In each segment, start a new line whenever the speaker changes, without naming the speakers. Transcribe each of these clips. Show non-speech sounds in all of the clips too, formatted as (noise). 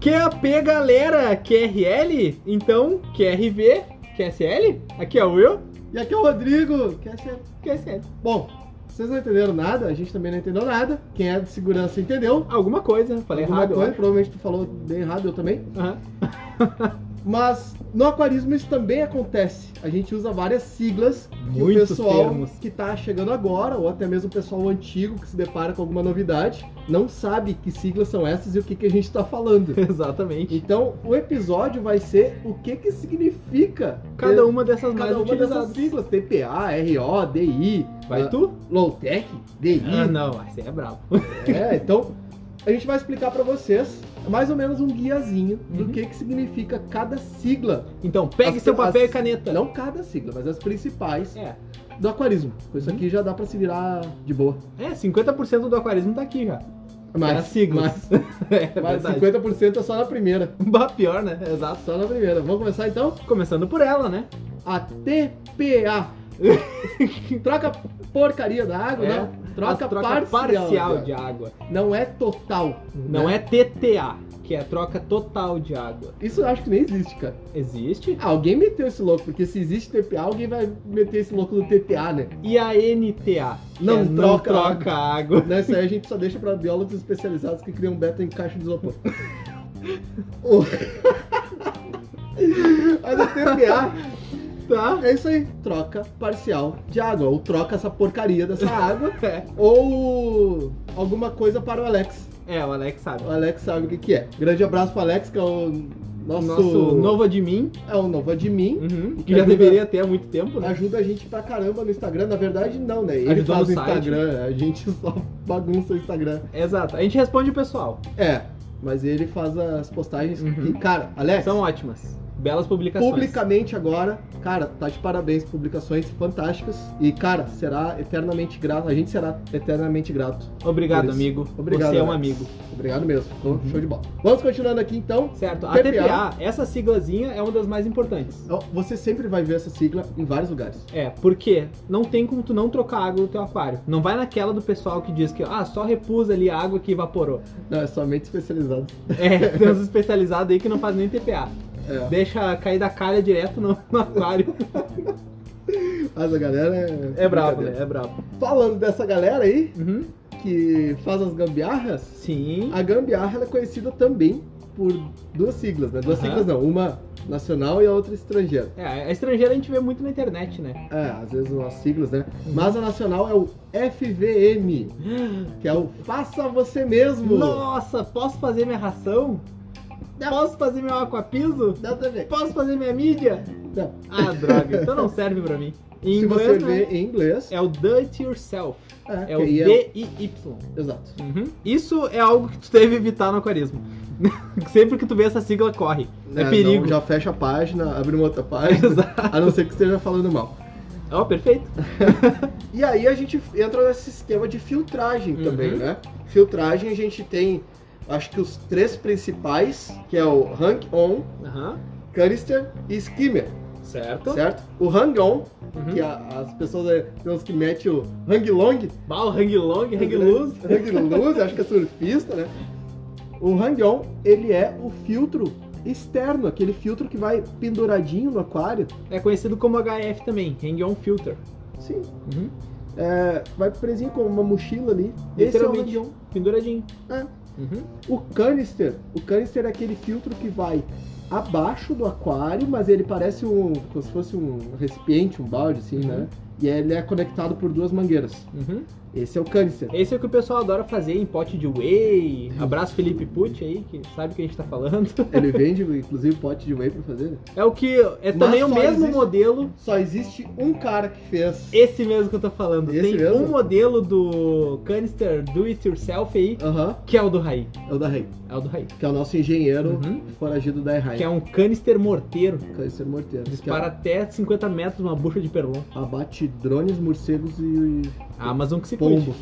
QAP galera, QRL, então QRV, QSL, aqui é o Will,
E aqui é o Rodrigo, que essa é...
QSL.
Bom, vocês não entenderam nada, a gente também não entendeu nada. Quem é de segurança entendeu.
Alguma coisa, falei
Alguma
É errado.
coisa,
eu
provavelmente tu falou bem errado, eu também.
acho. Aham. (laughs)
Mas no aquarismo isso também acontece. A gente usa várias siglas que o
Muitos
pessoal
termos.
que tá chegando agora, ou até mesmo o pessoal antigo que se depara com alguma novidade, não sabe que siglas são essas e o que, que a gente tá falando.
Exatamente.
Então, o episódio vai ser o que que significa
Cada uma dessas mais
cada uma
utilizadas.
dessas siglas, TPA, RO, DI,
Vai
ah,
tu?
Lowtech, DI.
Ah, não, você é bravo.
É, então a gente vai explicar pra vocês mais ou menos um guiazinho
Uhum.
do que que significa cada sigla.
Então, pegue
As-
seu papel
as-
e caneta.
Não cada sigla, mas as principais
É,
do aquarismo. Com
Uhum.
isso aqui já dá pra se virar de boa.
é 50% do aquarismo tá aqui já. (laughs) é as siglas.
Mas,
(laughs) é
mas
verdade.
50% é só na primeira.
Bah, pior, né? Exato.
Só na primeira. Vamos começar então?
Começando por ela, né?
A TPA. (laughs) Troca porcaria da água,
É,
não. Troca,
a troca
parcial,
de água.
Não é total.
Não
Né?
é TTA, que é a troca total de água.
Isso eu acho que nem existe, cara.
Existe.
Ah, alguém meteu esse louco, porque se existe TPA, alguém vai meter esse louco no TTA, né?
E a NTA, que
Não
é
troca
não troca água. (laughs)
Não, Isso aí a gente só deixa pra biólogos especializados que criam beta em caixa de isopor. O- (laughs) Mas a TPA
Tá?
é isso aí, troca parcial de água, ou troca essa porcaria dessa água,
É.
ou alguma coisa para o Alex.
É, o Alex sabe.
O Alex sabe o que, que é. Grande abraço pro Alex, que é o
O
nosso,
nosso novo admin,
é o novo admin.
uhum, que
Que
já
ajuda-
deveria ter há muito tempo, né?
ajuda a gente pra caramba no Instagram. Na verdade, não, né? Ele
Ajudou
faz o
no site.
Instagram, a gente (laughs) só bagunça o Instagram.
Exato. A gente responde o pessoal.
É, mas ele faz as postagens
Uhum.
que, cara, Alex,
São ótimas. Belas publicações.
publicamente agora, cara, tá de parabéns, publicações fantásticas. E, cara, será eternamente grato, a gente será eternamente grato.
Obrigado,
Isso.
amigo.
Obrigado,
Você é um
Alex.
amigo.
Obrigado mesmo, Então,
Uhum.
show de bola. Vamos continuando aqui então.
Certo. A
TPA.
TPA, essa siglazinha é uma das mais importantes.
Ó, Então, Você sempre vai ver essa sigla em vários lugares.
É, porque não tem como tu não trocar água do teu aquário. Não vai naquela do pessoal que diz que, ah, só repus ali a água que evaporou.
Não, é somente especializado.
É, (laughs) tem uns especializados aí que não fazem nem TPA.
É.
Deixa cair da calha direto no, no aquário.
Mas a galera é.
É brabo,
brincadeira.
né? É brabo.
Falando dessa galera aí,
Uhum.
que faz as gambiarras,
Sim.
a gambiarra ela é conhecida também por duas siglas, né? Duas
Aham.
siglas não, uma nacional e a outra estrangeira.
É, a estrangeira a gente vê muito na internet, né?
É, às vezes umas siglas, né? Mas a nacional é o FVM, que é o Faça Você Mesmo.
Nossa, posso fazer minha ração? Posso fazer meu aquapiso?
Dá também.
Posso fazer minha mídia?
Não.
Ah, droga, então não serve pra mim. Em
Se
inglês,
você
né?
vê em inglês,
É o do it yourself.
é,
É o
que aí é,
DIY.
Exato.
Uhum. Isso é algo que tu deve evitar no aquarismo. (laughs) Sempre que tu vê essa sigla, corre. É,
não,
perigo.
já fecha a página, abre uma outra
(laughs)
página,
Exato.
a não ser que esteja falando mal.
Ó, perfeito.
E aí a gente entra nesse esquema de filtragem
Uhum.
também, né? Filtragem a gente tem, acho que os três principais, que é o Hang On,
Aham.
Canister e Skimmer,
Certo.
certo? O Hang On,
Então- Uhum.
que a- as pessoas é, tem uns que metem o Hang Long,
Bah, o hang long,
É.
hang loose.
Hang Loose, (laughs) acho que é surfista, né? O Hang On, ele é o filtro externo, aquele filtro que vai penduradinho no aquário.
É conhecido como HF também, hang on filter.
Sim,
Uhum.
assim, é, vai presinho com uma mochila ali. Esse é o
Literalmente.
Hang On.
Penduradinho.
É.
Uhum.
O canister, o canister é aquele filtro que vai abaixo do aquário, mas ele parece um, como se fosse um recipiente, um balde assim,
Uhum.
né? E ele é conectado por duas mangueiras.
Uhum.
Esse é o canister.
Esse é o que o pessoal adora fazer em pote de whey.
Uhum.
Abraço Felipe Pucci aí, que sabe o que a gente tá falando. (laughs)
Ele vende, inclusive, pote de whey pra fazer. né?
É o que. É
Mas
também o
só
mesmo
existe-
modelo.
Só existe um cara que fez.
Esse mesmo que eu tô falando.
Esse
Tem
mesmo?
um modelo do canister do it yourself aí,
Aham,
que é o do Raí.
é o da Rei,
É o do Raí.
que é o nosso engenheiro
Uhum.
foragido da Rei.
Que é um canister morteiro.
Canister morteiro.
Dispara
é
até 50 metros uma bucha de perlon.
Que abate drones, morcegos e,
A Amazon que
e
se cuide. (laughs)
pombos.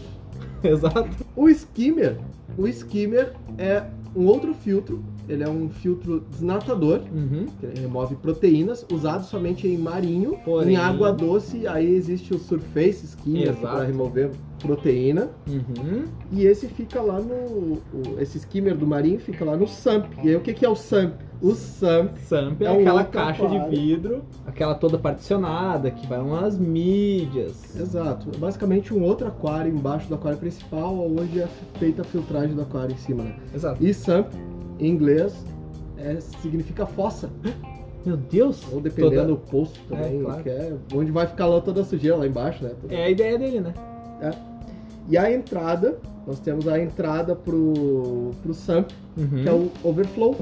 Exato.
O skimmer, o skimmer é um outro filtro. Ele é um filtro desnatador,
Uhum.
que ele remove proteínas, usado somente em marinho,
Porém-
em água doce. Aí existe o surface skimmer
Exato.
para remover proteína,
Uhum.
e esse fica lá no. o- esse skimmer do marinho fica lá no SAMP. E aí o que, que é o SAMP? O SAMP
Samp é,
É um
aquela
outro
caixa de
aquário.
vidro, aquela toda particionada, que vai umas mídias.
Exato. É Basicamente um outro aquário embaixo do aquário principal, onde é feita a filtragem do aquário em cima, né?
Exato.
E SAMP, em inglês, é- significa fossa.
Meu Deus!
Ou dependendo
toda-
do poço também,
É, claro.
que é onde vai ficar lá toda a sujeira lá embaixo, né?
É a ideia dele, né?
E a entrada, nós temos a entrada pro, pro SAMP,
Uhum.
que é o overflow.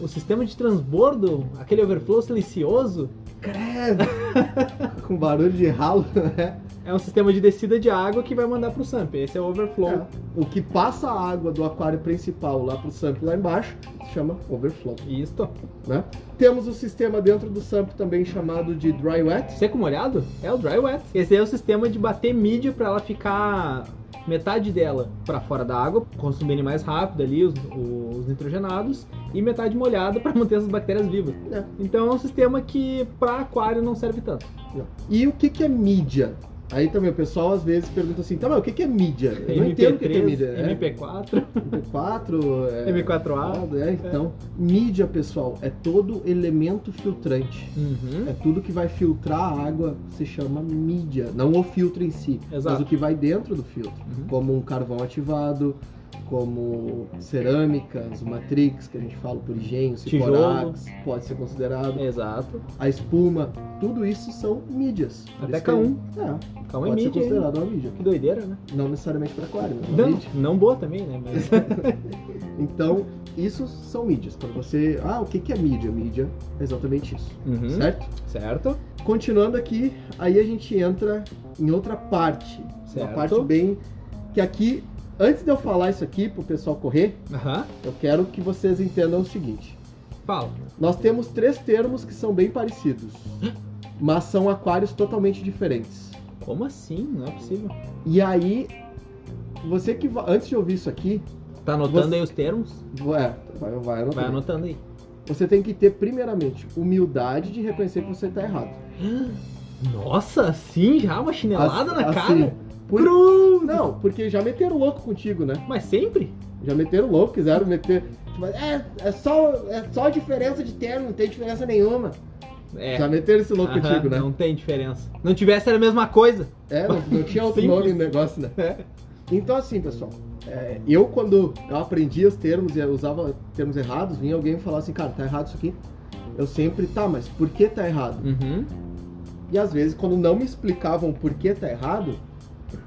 O sistema de transbordo, aquele overflow silencioso, (laughs)
Credo! Com barulho de ralo, né?
é um sistema de descida de água que vai mandar pro Samp. Esse é o overflow.
O que passa a água do aquário principal lá pro SAMP lá embaixo se chama overflow. né?
Isto.
Temos o sistema dentro do SAMP também chamado de dry wet.
Seco molhado? É o dry wet. Esse aí é o sistema de bater mídia pra ela ficar metade dela pra fora da água, consumindo mais rápido ali os, os nitrogenados, e metade molhada pra (laughs) manter essas bactérias vivas.
É.
Então é um sistema que pra aquário não serve tanto.
E o que, que é mídia? Aí também o pessoal às vezes pergunta assim, tá, mas o que, que é mídia? Eu não entendo o que, que é mídia. É,
MP4,
MP4, é,
MP4A.
Ah, é, então. Mídia, pessoal, é todo elemento filtrante.
Uhum.
É tudo que vai filtrar a água se chama mídia. Não o filtro em si,
Exato.
mas o que vai dentro do filtro.
Uhum.
Como um carvão ativado, como cerâmicas, o matrix, que a gente fala por engenho, ciporax, pode ser considerado.
Exato.
A espuma, tudo isso são mídias. Por
Até
isso que é-
K1.
É,
Calma aí,
pode ser
mídia. hein?
considerado Uhum. uma mídia.
Que doideira, né?
Não necessariamente para aquário, mas é uma
Não,
mídia.
não boa também, né?
(laughs)
Mas
Então, isso são mídias. Para você, ah, o que que é mídia? Mídia é exatamente isso,
Uhum,
certo?
certo.
Continuando aqui, aí a gente entra em outra parte,
Certo.
uma parte bem que aqui, antes de eu falar isso aqui pro pessoal correr,
Aham.
eu quero que vocês entendam o seguinte.
Fala.
Nós temos três termos que são bem parecidos, mas são aquários totalmente diferentes.
Como assim? Não é possível.
E aí, você que va- antes de ouvir isso aqui,
Tá anotando
Você-
aí os termos?
é, vai, vai
Vai
anotar.
anotando aí.
Você tem que ter, primeiramente, humildade de reconhecer que você tá errado.
Nossa, sim, já uma chinelada
Assim-
na
assim,
cara?
por-
Cruz!
Não, porque já meteram louco contigo, né?
Mas sempre?
Já meteram louco, quiseram meter. Tipo, é, é só, é só diferença de termo, não tem diferença nenhuma.
É.
Já meteram esse louco
Aham,
contigo, né?
Não tem diferença. Não tivesse era a mesma coisa.
É, não, não tinha outro
Simples.
nome no negócio, né? Então, assim, pessoal, é, eu quando eu aprendi os termos e eu usava termos errados, vinha alguém e falava assim, cara, tá errado isso aqui. Eu sempre, tá, mas por que tá errado?
Uhum.
E às vezes, quando não me explicavam por que tá errado,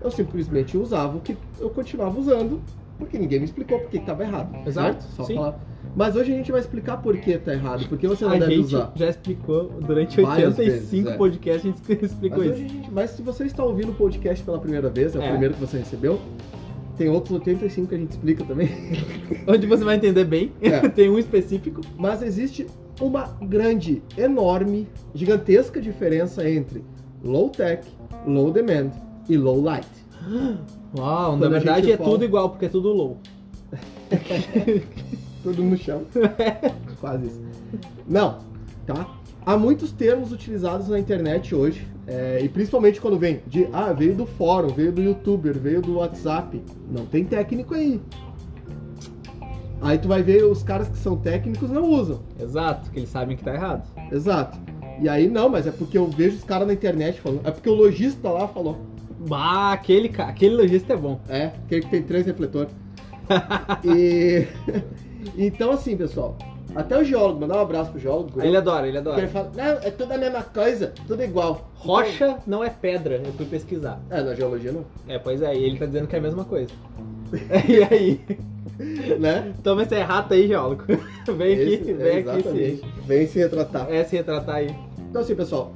eu simplesmente usava o que eu continuava usando, porque ninguém me explicou por que que tava errado.
Exato,
certo? Só
sim.
falar. Mas hoje a gente vai explicar por que tá errado, por que você não
a
deve
gente
usar.
já explicou durante
Várias
85
vezes, é.
podcasts, a gente (laughs) explicou
Mas, hoje
isso.
a gente- mas se você está ouvindo o podcast pela primeira vez, é,
É.
o primeiro que você recebeu, tem outros 85 que a gente explica também.
Onde você vai entender bem. (laughs)
É.
tem um específico.
(laughs) Mas existe uma grande, enorme, gigantesca diferença entre low tech, low demand e low light.
Uau,
Quando
na
a gente
verdade é
fala-
tudo igual, porque é tudo low.
Todo mundo chama. (laughs) Quase isso. Não, tá? Há muitos termos utilizados na internet hoje, é, e principalmente quando vem de, ah, veio do fórum, veio do youtuber, veio do WhatsApp. Não tem técnico aí. Aí tu vai ver os caras que são técnicos não usam.
Exato, que eles sabem que tá errado.
Exato. E aí não, mas é porque eu vejo os caras na internet falando. É porque o lojista lá falou.
Bah, aquele, ca- aquele lojista é bom.
É, aquele que tem três refletores. E- (laughs) então assim, pessoal. Até o geólogo, mandar um abraço pro geólogo.
Ele adora, ele
Porque ele
adora.
fala, não, é tudo a mesma coisa, tudo igual.
Rocha não é pedra, eu fui pesquisar.
É, na geologia não.
É, pois é, e ele tá dizendo que é a mesma coisa. (laughs) e aí?
Né?
Toma esse rato aí, geólogo. (laughs) Vem aqui,
Esse-
vem
é,
aqui se,
exatamente. Vem se retratar.
é, se retratar aí.
Então assim, pessoal,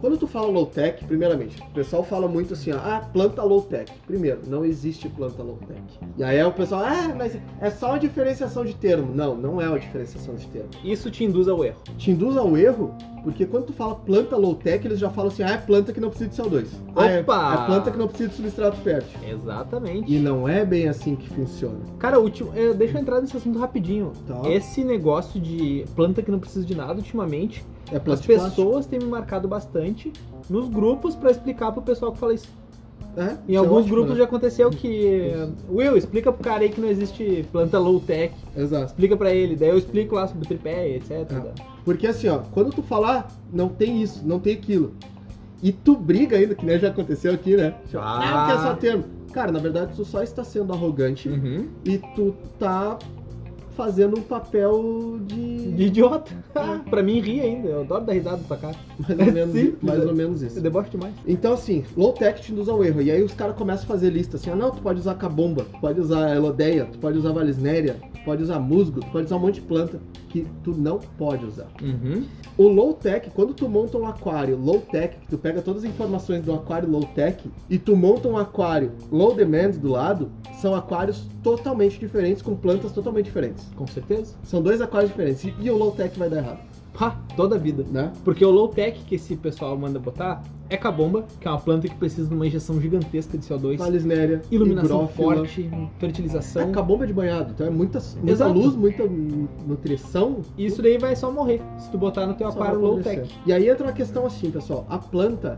quando tu fala low tech, primeiramente, o pessoal fala muito assim, ó, ah, planta low tech. Primeiro, não existe planta low tech. E aí o pessoal, ah, mas é só uma diferenciação de termo. Não, não é uma diferenciação de termo.
Isso te induz ao erro.
Te induz ao erro, porque quando tu fala planta low tech, eles já falam assim, ah, é planta que não precisa de CO2. Ah, é,
Opa!
é planta que não precisa de substrato fértil.
Exatamente.
E não é bem assim que funciona.
Cara, último, eh, deixa eu entrar nesse assunto rapidinho.
Tá?
Esse negócio de planta que não precisa de nada ultimamente,
É
as
planta de plástico.
pessoas têm me marcado bastante nos grupos pra explicar pro pessoal que fala isso.
É,
Em
isso é
alguns
ótimo,
grupos
né?
já aconteceu que. Will, explica pro cara aí que não existe planta low-tech.
Exato.
Explica pra ele, daí eu explico lá sobre tripé, etc. Ah.
Porque assim, ó, quando tu falar, não tem isso, não tem aquilo. E tu briga ainda, que nem já aconteceu aqui, né? Ah, porque é só termo. Cara, na verdade, tu só está sendo arrogante
Uhum.
e tu tá fazendo um papel de.
De idiota. (laughs) pra mim ri ainda, eu adoro dar risada pra cá.
Mais, ou
(laughs)
menos,
simples,
mais
né?
ou menos
Eu
isso.
debocho demais.
Então, assim, low tech te induz ao erro. E aí os caras começam a fazer lista assim: ah, não, tu pode usar cabomba, tu pode usar elodeia, tu pode usar valisnéria, tu pode usar musgo, tu pode usar um monte de planta que tu não pode usar.
Uhum.
O low tech, quando tu monta um aquário low tech, que tu pega todas as informações do aquário low tech e tu monta um aquário low demand do lado, são aquários totalmente diferentes, com plantas totalmente diferentes.
Com certeza.
São dois aquários diferentes. E, e o low tech vai dar errado,
Pá, toda a vida.
né?
Porque o low-tech que esse pessoal manda botar é cabomba, que é uma planta que precisa de uma injeção gigantesca de CO2,
Valisnéria,
iluminação
hidrófila.
forte, fertilização.
É cabomba de banhado, então é muita, muita
Exato.
luz, muita hum, nutrição.
E isso daí vai só morrer se tu botar no teu
só vai
aquário low-tech.
apodrecer. é E aí entra uma questão assim, pessoal. A planta,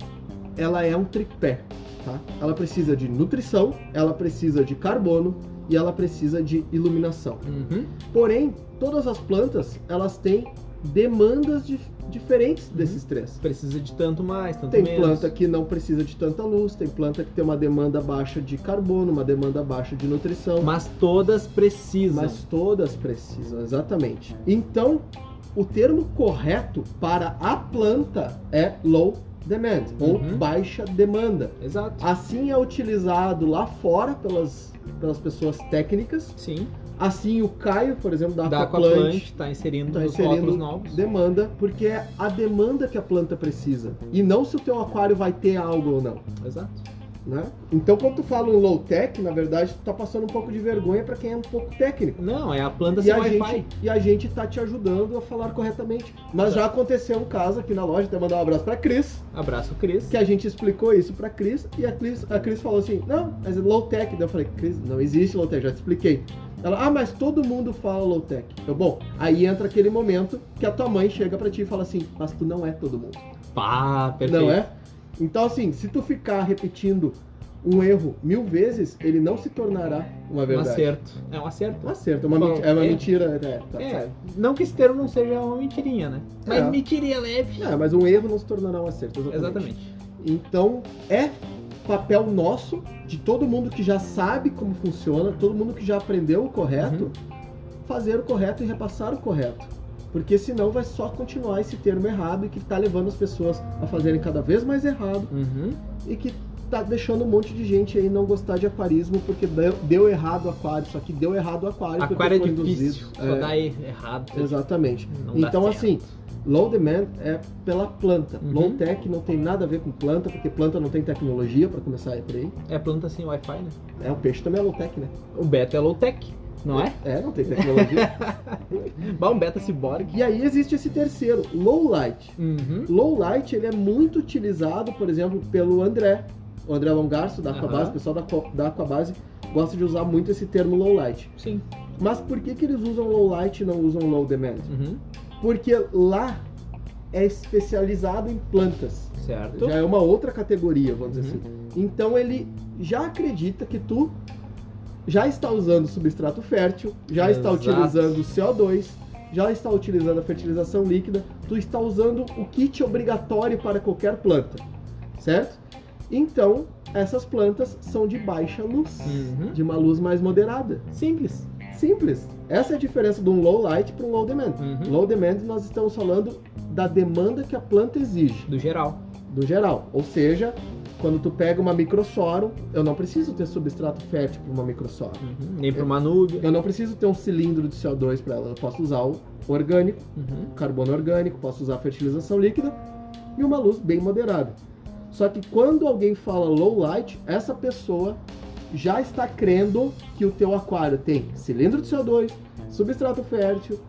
ela é um tripé, tá? Ela precisa de nutrição, ela precisa de carbono e ela precisa de iluminação.
Uhum.
Porém, todas as plantas, elas têm demandas dif- diferentes desses três.
Precisa de tanto mais, tanto
Tem
menos.
planta que não precisa de tanta luz, tem planta que tem uma demanda baixa de carbono, uma demanda baixa de nutrição.
Mas todas precisam.
Mas todas precisam, exatamente. Então, o termo correto para a planta é low demand, ou
Uhum.
baixa demanda.
Exato.
Assim é utilizado lá fora pelas, pelas pessoas técnicas.
Sim.
Assim o Caio, por exemplo, da,
Da
Aquaplant,
Aquaplant tá inserindo
tá
nos
inserindo
rótulos novos.
demanda, porque é a demanda que a planta precisa. E não se o teu aquário vai ter algo ou não.
Exato.
Né? Então quando tu fala em low tech, na verdade tu tá passando um pouco de vergonha para quem é um pouco técnico.
Não, é a planta
E
sem
a,
Wi-Fi.
gente, e a gente tá te ajudando a falar corretamente. Mas
Exato.
já aconteceu um caso aqui na loja, até mandar um abraço pra Cris,
Abraço, Cris.
que a gente explicou isso pra Cris, e a Cris, a Cris falou assim, não, mas é low-tech. Daí eu falei, Cris, não existe low-tech, já te expliquei. Ela, ah, mas todo mundo fala low-tech. Eu, bom, aí entra aquele momento que a tua mãe chega pra ti e fala assim, mas tu não é todo mundo.
Pá, perfeito.
Não é? Então assim, se tu ficar repetindo um erro mil vezes, ele não se tornará uma
Um
verdade.
acerto. É um acerto.
Um acerto, uma
Bom,
menti- é uma
é.
mentira. né? É, tá
É,
certo.
não que esse termo não seja uma mentirinha, né? Mas
É.
mentirinha leve.
É, mas um erro não se tornará um acerto. Exatamente.
Exatamente.
Então, é papel nosso, de todo mundo que já sabe como funciona, todo mundo que já aprendeu o correto,
Uhum.
fazer o correto e repassar o correto. Porque senão vai só continuar esse termo errado e que tá levando as pessoas a fazerem cada vez mais errado
Uhum.
e que tá deixando um monte de gente aí não gostar de aquarismo porque deu, deu errado o aquário, só que deu errado o aquário
Aquário é
porque foi
difícil,
induzido.
só
É,
dá er- errado.
Exatamente.
Não dá
Então,
certo.
assim, low demand é pela planta.
Uhum.
Low tech não tem nada a ver com planta, porque planta não tem tecnologia, pra começar aí por aí.
É planta sem Wi-Fi, né?
É, o peixe também é low tech, né?
O beta é low-tech, não é?
É, não
(laughs)
tem tecnologia.
Bah, um beta cyborg.
e aí existe esse terceiro, low light.
Uhum.
Low light, ele é muito utilizado, por exemplo, pelo André. O André Longarço, da Aquabase,
Aham.
o pessoal da, Aqua- da Aquabase gosta de usar muito esse termo low light.
Sim.
Mas por que, que eles usam low light e não usam low demand?
Uhum.
Porque lá é especializado em plantas.
Certo.
já é uma outra categoria, vamos dizer
Então- Uhum.
assim. Então ele já acredita que tu já está usando substrato fértil, já está
Exato.
utilizando CO2, já está utilizando a fertilização líquida, tu está usando o kit obrigatório para qualquer planta, certo? Então, essas plantas são de baixa luz,
Uhum.
de uma luz mais moderada.
Simples.
Simples. Essa é a diferença de um low light para um low demand.
Uhum.
Low demand nós estamos falando da demanda que a planta exige
Do geral.
do geral. Ou seja, quando tu pega uma microsoro, eu não preciso ter substrato fértil para uma microsoro.
Uhum. Nem pro Manúbio.
Eu não preciso ter um cilindro de CO2 para ela. Eu posso usar o orgânico,
Uhum.
carbono orgânico, posso usar a fertilização líquida e uma luz bem moderada. Só que quando alguém fala low light, essa pessoa já está crendo que o teu aquário tem cilindro de CO2, substrato fértil,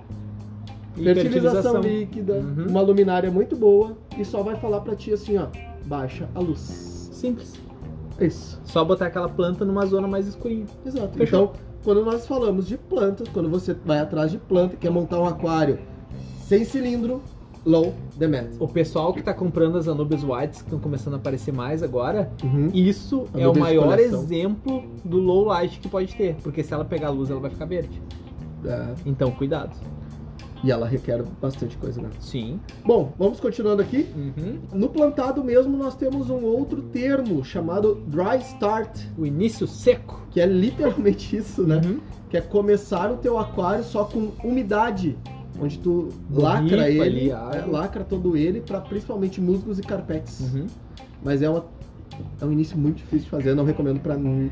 E
fertilização líquida,
Uhum.
uma luminária muito boa e só vai falar para ti assim, ó, baixa a luz.
Simples. É
Isso,
Só botar aquela planta numa zona mais escurinha.
exato.
Fechou.
Então, quando nós falamos de plantas, quando você vai atrás de planta, quer montar um aquário sem cilindro, low demand.
O pessoal que tá comprando as Anubis Whites, que estão começando a aparecer mais agora,
Uhum.
isso é o
Anubis
maior
coleção.
exemplo do low light que pode ter. Porque se ela pegar a luz, ela vai ficar verde.
É,
Então, cuidado.
e ela requer bastante coisa, né?
Sim.
Bom, vamos continuando aqui.
Uhum.
No plantado mesmo, nós temos um outro termo chamado dry start,
O início seco.
que é literalmente (laughs) isso, né?
Uhum.
Que é começar o teu aquário só com umidade, onde tu
Borrifa
lacra
ali
ele,
a água.
é, lacra todo ele para principalmente musgos e carpetes.
Uhum.
Mas é, uma, é um início muito difícil de fazer, eu não recomendo para nem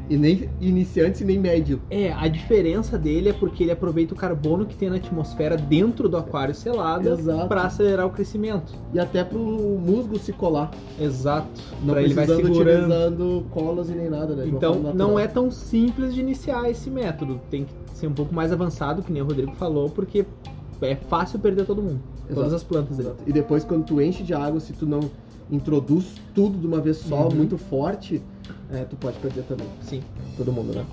iniciantes e nem médio.
É, a diferença dele é porque ele aproveita o carbono que tem na atmosfera dentro do aquário selado
Exato.
para acelerar o crescimento.
E até pro musgo se colar,
Exato.
não
Pra ele vai
precisando
segurando.
utilizando colas e nem nada, né? De uma
Então
forma
não
natural.
é tão simples de iniciar esse método. Tem que ser um pouco mais avançado, que nem o Rodrigo falou, porque é fácil perder todo mundo. Todas
Exato.
as plantas ali.
Exato. E depois, quando tu enche de água, se tu não introduz tudo de uma vez só,
Uhum.
muito forte, é, tu pode perder também.
Sim.
Todo mundo, né?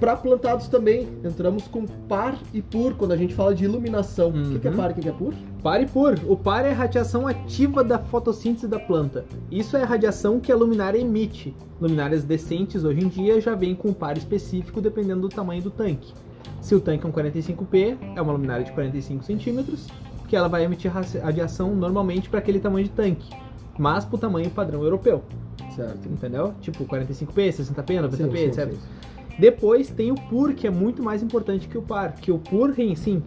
Para plantados também, entramos com par e pur quando a gente fala de iluminação. O que, que é
Uhum.
par e o que, que é pur?
Par e por. O par é a radiação ativa da fotossíntese da planta. Isso é a radiação que a luminária emite. Luminárias decentes hoje em dia já vêm com um par específico dependendo do tamanho do tanque. Se o tanque é um 45P, é uma luminária de 45 centímetros, que ela vai emitir ra- radiação normalmente para aquele tamanho de tanque, mas para o tamanho padrão europeu,
Certo.
entendeu? Tipo 45P, 60P,
Sim,
90P,
sim,
etc.
sim.
Depois tem o pur, que é muito mais importante que o par, que o pur em sim,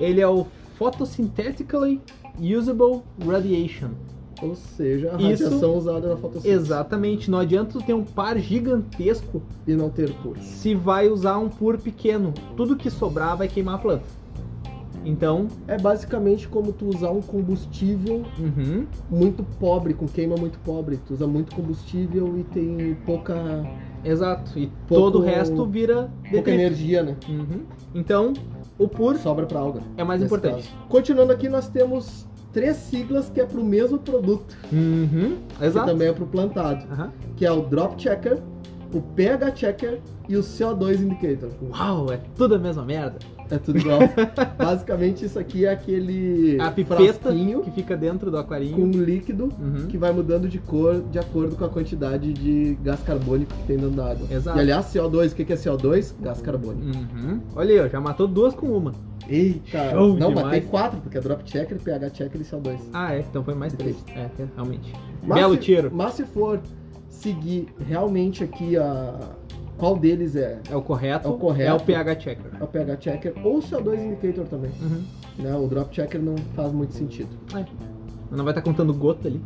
ele é o photosynthetically usable radiation.
Ou seja, a
Isso-
radiação usada na fotossíntese.
Exatamente, não adianta tu ter um par gigantesco
E não ter pur.
se vai usar um pur pequeno. Tudo que sobrar vai queimar a planta. Então,
É basicamente como tu usar um combustível
uhum,
muito pobre, com queima muito pobre. Tu usa muito combustível e tem pouca,
exato. E
Pouco-
todo o resto vira detrito.
pouca energia, né?
Uhum. Então, o pur
Sobra pra alga.
é mais
nesse
importante.
caso. Continuando aqui, nós temos três siglas que é pro mesmo produto,
Uhum,
que
exato.
também é pro plantado,
Aham.
que é o Drop Checker, o pH Checker e o CO2 Indicator.
Uau, é tudo a mesma merda.
É tudo
(laughs)
igual. Basicamente, isso aqui é aquele
A pipeta
frasquinho
que fica dentro do aquarinho.
com líquido
Uhum.
que vai mudando de cor de acordo com a quantidade de gás carbônico que tem dentro da água.
Exato.
E aliás, CO2, o que que é CO2? Gás carbônico.
Uhum. Olha aí, ó, já matou duas com uma.
Eita!
Show
Não,
demais.
mas tem quatro, porque é drop checker, pH checker e CO2.
Ah, é, então foi mais três.
Três.
É, é, realmente.
Mas
Belo
se-
tiro.
Mas se for seguir realmente aqui a qual deles é
É o correto.
É o correto.
É o pH checker.
a pH checker ou o CO2 indicator também,
Uhum.
né? O drop checker não faz muito sentido.
Mas Não vai estar contando gota ali.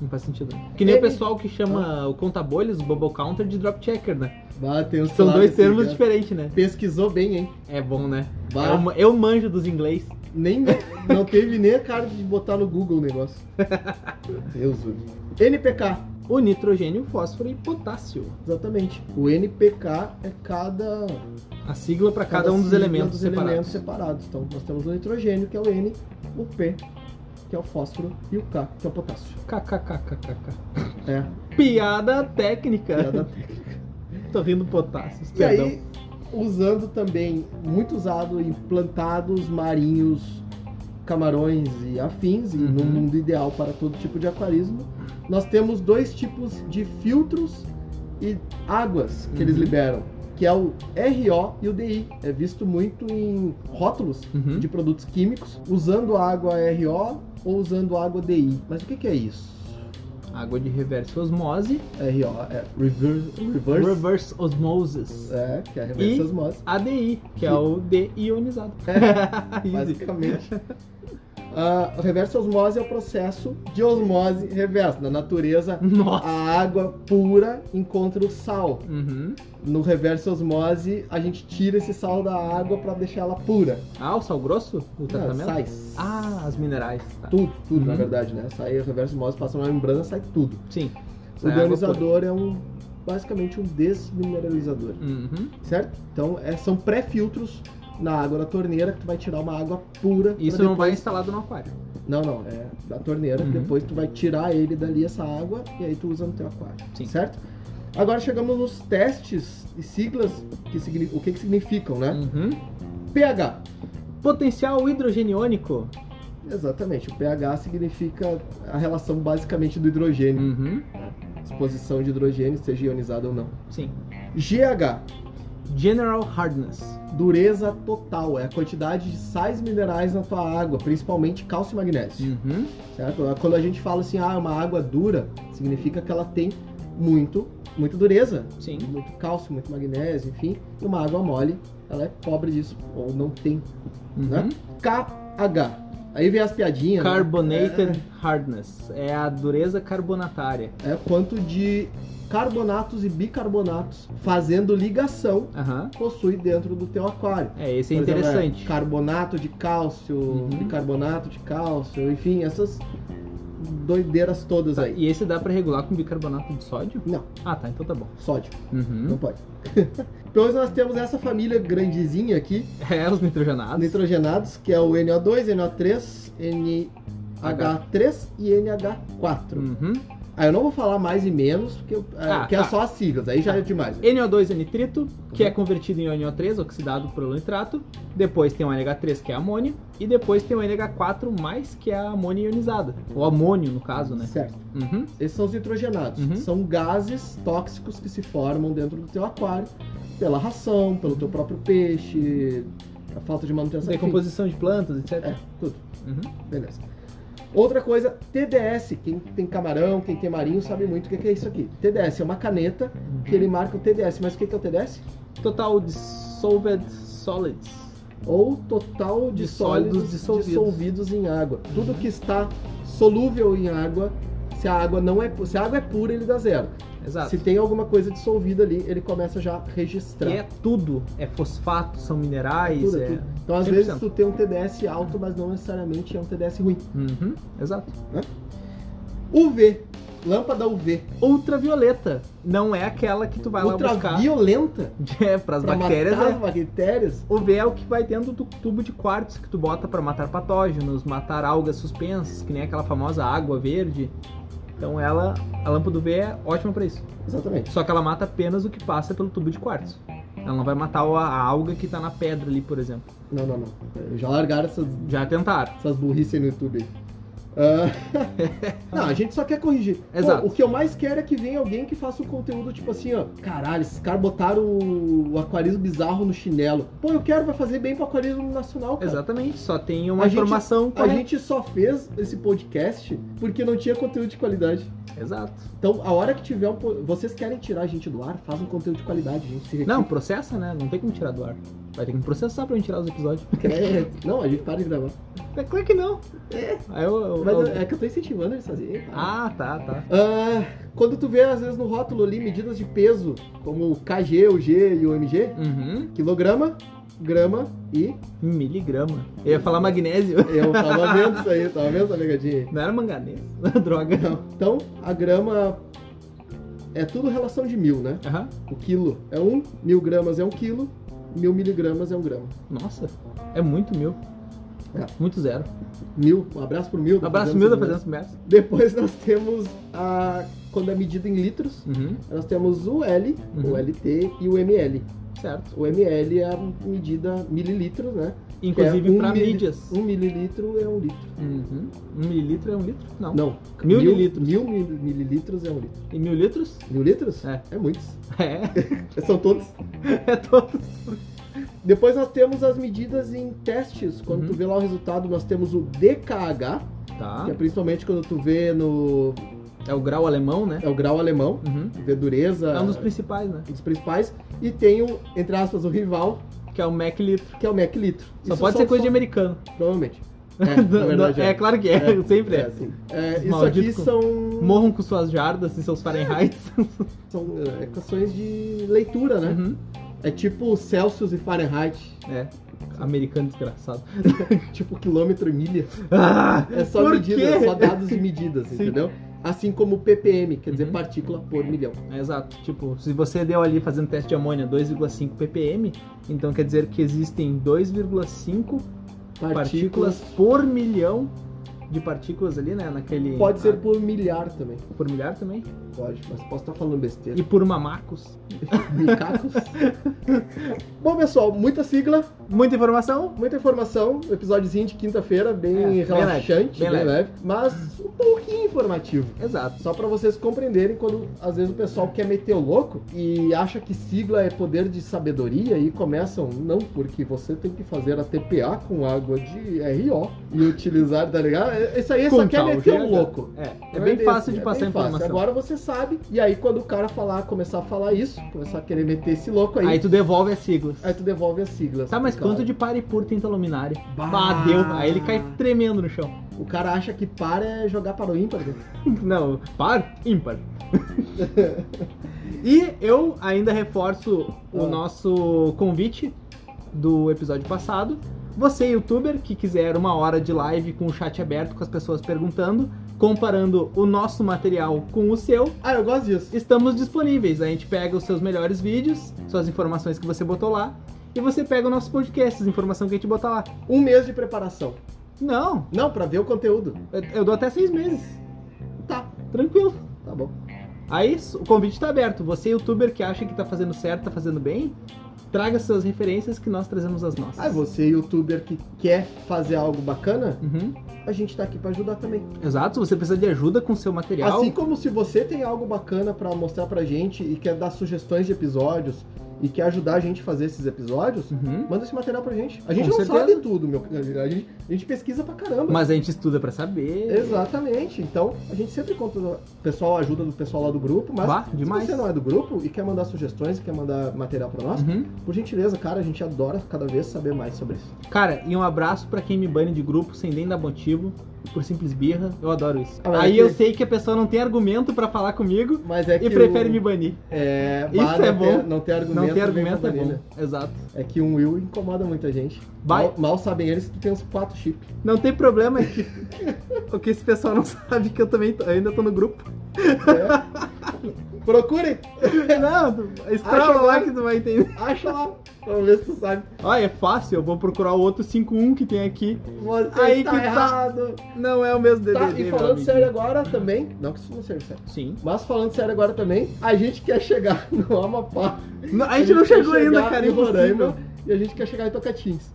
Não faz sentido. Que nem
É. Ele-
o pessoal que chama o conta-bolhas, o bubble counter de drop checker, né?
Ah, tem uns
São
palavras
dois
assim,
termos
né?
diferentes, né?
Pesquisou bem, hein?
É bom, né?
Bah,
Eu, ma- eu manjo dos inglês.
nem não teve nem a cara de botar no Google o negócio. Deus. do céu. NPK,
O nitrogênio, fósforo e potássio.
exatamente. O NPK é cada
A sigla para cada, um dos
sigla
elementos
dos
separados.
elementos separados. Então nós temos o nitrogênio, que é o N, o P, que é o fósforo, e o K, que é o potássio.
KKKKKK.
É,
Piada técnica.
piada
(laughs) Tô rindo potássio.
E
Perdão.
aí, usando também, muito usado em plantados, marinhos, camarões e afins, e
Uhum.
num mundo ideal para todo tipo de aquarismo, nós temos dois tipos de filtros e águas que eles
Uhum.
liberam, que é o RO e o DI. É visto muito em rótulos
Uhum.
de produtos químicos, usando água RO ou usando água DI. Mas o que, que é isso?
Água de reversa osmose.
RO é reverse, reverse,
Reverse osmosis.
é, que é reverse
E-
osmose.
ADI, que é o D ionizado. (laughs) Easy.
É, basicamente. (laughs) A reversa osmose é o processo de osmose reversa. Na natureza,
Nossa.
a água pura encontra o sal.
Uhum.
No reverso osmose, a gente tira esse sal da água para deixar ela pura.
Ah, o sal grosso? O
Não,
tratamento?
É, sai.
ah, as minerais. tá.
Tudo, tudo, na
Uhum.
verdade, né? Sai a reversa osmose, passa na membrana, sai tudo.
Sim.
O
Sai água
ionizador é um basicamente um desmineralizador,
Uhum.
certo? Então, é- são pré-filtros na água da torneira que tu vai tirar uma água pura.
Isso
pra
não vai instalado no aquário.
Não, não, é da torneira.
Uhum.
Depois tu vai tirar ele dali, essa água, e aí tu usa no teu aquário.
Sim.
Certo? Agora chegamos nos testes e siglas, que signi- o É? que, que significam, né?
Uhum.
pH.
Potencial hidrogeniônico.
Exatamente, o pH significa a relação basicamente do hidrogênio,
Uhum.
exposição de hidrogênio, seja ionizado ou não.
Sim.
GH,
General hardness.
dureza total, é a quantidade de sais minerais na tua água, principalmente cálcio e magnésio,
Uhum.
certo? Quando a gente fala assim, ah, uma água dura, significa que ela tem muito, muita dureza,
Sim.
muito cálcio, muito magnésio, enfim, e uma água mole, ela é pobre disso, ou não tem. Né?
Uhum.
KH, aí vem as piadinhas, né?
Carbonated hardness. É a dureza carbonatária.
é quanto de carbonatos e bicarbonatos fazendo ligação
Aham.
possui dentro do teu aquário.
É, esse é
Por exemplo,
interessante.
é carbonato de cálcio,
Uhum.
bicarbonato de cálcio, enfim, essas doideiras todas
Tá,
aí.
E esse dá pra regular com bicarbonato de sódio?
Não.
Ah, tá, então tá bom.
Sódio, não
Uhum.
pode. (laughs) Depois nós temos essa família grandezinha aqui,
(laughs) É, os nitrogenados.
nitrogenados, que é o NO2, NO3, NH3 e NH4.
Uhum.
Ah, eu não vou falar mais e menos, porque, eu- é,
Ah,
porque é
tá.
só as siglas, aí já é demais.
NO2 é nitrito, que é convertido em NO3, oxidado por nitrato. Depois tem o NH3, que é amônio. E depois tem o NH4, que é a amônia ionizada. Ou amônio, no caso, né?
Certo.
Uhum.
Esses são os nitrogenados.
Uhum.
São gases tóxicos que se formam dentro do teu aquário pela ração, pelo teu próprio peixe, a falta de manutenção. enfim,
Decomposição de plantas, etc.
É, tudo.
Uhum.
Beleza. Outra coisa, TDS. Quem tem camarão, quem tem marinho, sabe muito o que que é isso aqui. TDS é uma caneta que ele marca o TDS. Mas o que que é o TDS?
Total dissolved solids.
Ou total de,
De
sólidos
sólidos
dissolvidos.
dissolvidos.
em água. Tudo que está solúvel em água, se a água não é, pu- se a água é pura, ele dá zero.
Exato.
Se tem alguma coisa dissolvida ali, ele começa já a registrar.
E é tudo. É fosfato, são minerais.
Tudo,
é...
tudo. Então, às
100%.
vezes, tu tem um TDS alto, mas não necessariamente é um TDS ruim.
Uhum. Exato.
UV, lâmpada UV.
Ultravioleta. Não é aquela que tu vai lá buscar. (laughs)
Ultraviolenta
É, pras
pra
bactérias
matar
é.
as bactérias.
O V é o que vai dentro do tubo de quartzo que tu bota pra matar patógenos, matar algas suspensas, que nem aquela famosa água verde. Então ela, a lâmpada do V é ótima pra isso.
Exatamente.
Só que ela mata apenas o que passa pelo tubo de quartzo. Ela não vai matar o- a alga que tá na pedra ali, por exemplo.
Não, não, não. Já largaram essas,
Já tentaram.
essas burrices aí no YouTube. aí. Ah, (laughs) não, a gente só quer corrigir. Pô,
Exato.
o que eu mais quero é que venha alguém que faça um conteúdo tipo assim, ó. Caralho, esses caras botaram o, o aquarismo bizarro no chinelo. Pô, eu quero, vai fazer bem pro aquarismo nacional, cara.
Exatamente, só tem uma
A gente-
informação
A
correta.
gente só fez esse podcast porque não tinha conteúdo de qualidade.
Exato.
Então, a hora que tiver um. po- Vocês querem tirar a gente do ar, faz um conteúdo de qualidade, a gente se (laughs)
Não, processa, né? Não tem como tirar do ar. Vai ter que me processar pra eu tirar os episódios.
recreve. Não, a gente para de gravar.
É claro que não. Aí eu. eu-
É. Mas
eu-
é que eu tô incentivando eles a fazer.
Ah, tá, tá.
Ah, quando tu vê, às vezes, no rótulo ali, medidas de peso, como o KG, o G e o MG,
Uhum.
quilograma, grama e.
Miligrama. Eu ia falar magnésio. (laughs)
Eu tava vendo isso aí, tava vendo essa pegadinha aí.
Não era manganês. (laughs) Droga.
Não. Então, a grama é tudo relação de mil, né?
Aham.
O quilo é um, mil gramas é um quilo, mil miligramas é um grama.
Nossa, é muito mil.
É.
Muito zero.
Mil, um abraço pro mil.
Abraço
fazendo
mil da
segurança.
presença mestre.
Depois nós temos a. Quando é medida em litros,
Uhum.
nós temos o L,
Uhum.
o LT e o ML.
Certo.
O ML é a medida mililitros, né?
É Inclusive
um
pra
mili-
mídias.
Um mililitro é um litro.
Uhum. Um mililitro é um litro? Não.
Não.
Mil mililitros.
Mil mil mililitros é um litro.
E mil litros? (laughs)
Mil litros?
É.
É muitos.
É.
São todos.
É todos.
Depois nós temos as medidas em testes. Quando
Uhum.
tu vê lá o resultado, nós temos o DKH,
Tá.
que é principalmente quando tu vê no.
É o grau alemão, né?
É o grau alemão.
Uhum.
Tu vê dureza.
É um dos principais, né?
dos principais. E tem o, entre aspas, o rival,
Que é o Mac litro.
que é o Mac Litro.
Só
Isso
pode ser coisa de
são-
americano.
Provavelmente.
(laughs) Não,
na verdade,
não, é, claro que é,
É,
(laughs) sempre
É,
é.
assim. É,
Os
isso aqui
malditos com-
são,
Morram com suas jardas e seus
(laughs)
Fahrenheit.
são é, equações de leitura, né?
Uhum.
É tipo Celsius e Fahrenheit, (laughs)
É. Americano desgraçado.
tipo quilômetro e milha.
Ah,
É só
por
medidas,
quê?
é só dados de medidas,
(laughs) Sim.
entendeu? Assim como ppm, quer dizer
Uhum.
partícula por milhão.
É, Exato, tipo, se você deu ali fazendo teste de amônia 2,5 ppm, então quer dizer que existem 2,5 partículas por milhão de partículas ali, né? Naquele.
Pode ser por milhar também.
ah, por milhar também.
Pode, mas posso estar falando besteira. (laughs)
E por mamacos.
Micacos. Bom, pessoal, muita sigla,
Muita informação.
Muita informação, episódiozinho de quinta-feira,
É,
bem
bem
relaxante,
leve, bem
bem, leve, mas um pouquinho informativo.
Exato.
Só pra vocês compreenderem quando às vezes o pessoal quer meter o louco e acha que sigla é poder de sabedoria e começam, não, porque você tem que fazer a TPA com água de RO e utilizar, tá ligado? Isso aí só
Com
quer
tal
meter o
jeito.
louco.
É, é
Não
bem
desse,
fácil de
é
passar
bem fácil.
informação.
Agora você sabe, e aí quando o cara falar, começar a falar isso, começar a querer meter esse louco aí, É
Aí tu devolve as siglas.
aí tu devolve as siglas.
Tá, mas
pro cara.
quanto de pare por tenta luminária?
Bah.
Bah, deu.
Ah.
Aí ele cai tremendo no chão. (laughs)
O cara acha que para é jogar para o ímpar.
Não, par, ímpar. e eu ainda reforço o
Ah.
nosso convite do episódio passado. Você, youtuber, que quiser uma hora de live com o chat aberto, com as pessoas perguntando, comparando o nosso material com o seu,
Ah, eu gosto disso.
estamos disponíveis. A gente pega os seus melhores vídeos, suas informações que você botou lá, e você pega o nosso podcast, as informações que a gente botar lá.
Um mês de preparação.
Não,
Não, pra ver o conteúdo.
eu- eu dou até seis meses.
Tá,
Tranquilo.
tá bom.
Aí o convite tá aberto. Você, youtuber, que acha que tá fazendo certo, tá fazendo bem, traga suas referências que nós trazemos as nossas.
Ah, você, youtuber que quer fazer algo bacana,
Uhum.
a gente tá aqui pra ajudar também.
Exato, se você precisa de ajuda com seu material.
Assim como se você tem algo bacana pra mostrar pra gente e quer dar sugestões de episódios e quer ajudar a gente a fazer esses episódios,
Uhum.
manda esse material pra gente. A gente
Com
não
certeza.
sabe tudo, meu. A gente, a gente pesquisa pra caramba.
Mas a gente estuda pra saber.
Exatamente. Então, a gente sempre conta o pessoal, ajuda do pessoal lá do grupo, mas
Bah,
se
demais.
você não é do grupo e quer mandar sugestões, quer mandar material pra nós,
Uhum.
por gentileza, cara, a gente adora cada vez saber mais sobre isso.
Cara, e um abraço pra quem me bane de grupo sem nem dar motivo, por simples birra. Eu adoro isso.
Ah, mas é
Aí
que-
eu sei que a pessoa não tem argumento pra falar comigo
Mas é que
e prefere
o-
me banir.
É,
Isso
bah, não
é
ter-
bom.
não ter argumento.
Não ter
vem
argumento
pra
é bom.
barilha.
Exato.
É que um Will incomoda muita gente.
Vai.
Mal, mal sabem eles que tem uns quatro chips.
Não tem problema é que
(laughs)
o que esse pessoal não sabe é que eu também tô- ainda tô no grupo.
É. Procurem,
Não,
Acha
escrava lá
agora.
que tu vai entender.
acha lá. Vamos ver se tu sabe.
Olha, é fácil, eu vou procurar o outro 5-1 que tem aqui.
Você
Aí
está
que tá.
errado.
Não é o mesmo DDD,
Tá,
meu
e falando
amigo.
sério agora também. Não que isso não seja sério.
Sim.
Mas falando sério agora também, a gente quer chegar (laughs) no Amapá.
Não, a gente não
quer
chegou ainda,
chegar
cara,
em
impossível.
Roraima e a gente quer chegar em Tocantins.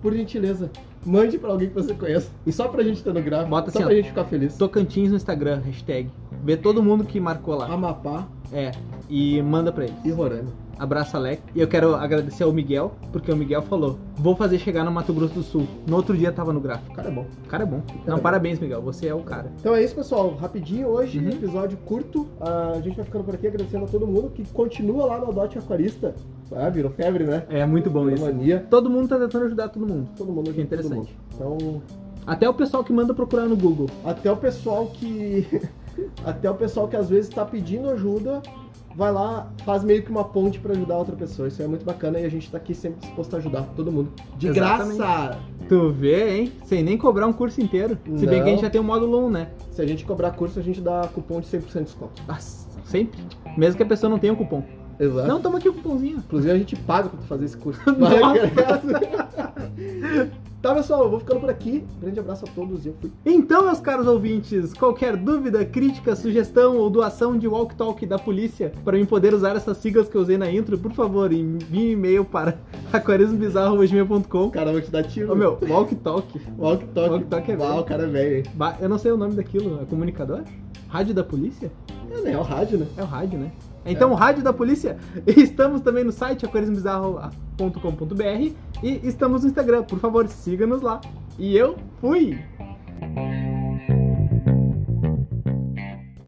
Por gentileza, mande pra alguém que você conheça. E só pra gente estar no gráfico,
Bota
só
assim,
pra
ó.
gente ficar feliz.
Tocantins no Instagram, hashtag. Vê todo mundo que marcou lá.
Amapá
É, e manda pra eles.
e Roraima.
Abraço, Alec. E eu quero agradecer ao Miguel, porque o Miguel falou: vou fazer chegar no Mato Grosso do Sul. No outro dia tava no gráfico.
O cara é bom.
O cara é bom.
é
Não,
bom.
parabéns, Miguel. Você é o cara.
Então é isso, pessoal. Rapidinho hoje,
Uhum.
episódio curto. Ah, a gente vai ficando por aqui agradecendo a todo mundo que continua lá no Adote Aquarista. Ah, virou febre, né?
É muito bom
Virou
isso.
mania.
Todo mundo tá tentando ajudar todo mundo.
Todo mundo
Que
ajuda todo
interessante.
mundo.
Até o pessoal que manda procurar no Google.
Então, até o pessoal que. (laughs) até o pessoal que às vezes tá pedindo ajuda, vai lá, faz meio que uma ponte pra ajudar outra pessoa. Isso é muito bacana e a gente tá aqui sempre disposto a ajudar todo mundo. De
Exatamente.
graça!
Tu vê, hein? Sem nem cobrar um curso inteiro. Se bem
Não.
que a gente já tem o módulo 1, né?
Se a gente cobrar curso, a gente dá cupom de 100% de desconto.
Nossa, sempre. Mesmo que a pessoa não tenha o cupom.
Exato.
Não, toma aqui o cupomzinho.
Inclusive a gente paga pra tu fazer esse curso.
Nossa.
tá, pessoal, eu vou ficando por aqui. Grande abraço a todos e eu fui.
Então, meus caros ouvintes, qualquer dúvida, crítica, sugestão ou doação de Walk Talk da polícia para mim poder usar essas siglas que eu usei na intro, por favor, envie um e-mail para (laughs) aquarismobizarro.com.
Cara, eu vou te dar tiro.
Ô meu, Walk Talk.
Walk Talk.
Walk Talk é
Uau,
bom.
o cara é velho, hein?
Ba- Eu não sei o nome daquilo, é comunicador? Rádio da polícia?
É, né? É o rádio, né?
É o rádio, né? Então, o rádio da polícia. (laughs) Estamos também no site aquarismobizarro.com.br e estamos no Instagram. Por favor, siga-nos lá. E eu fui!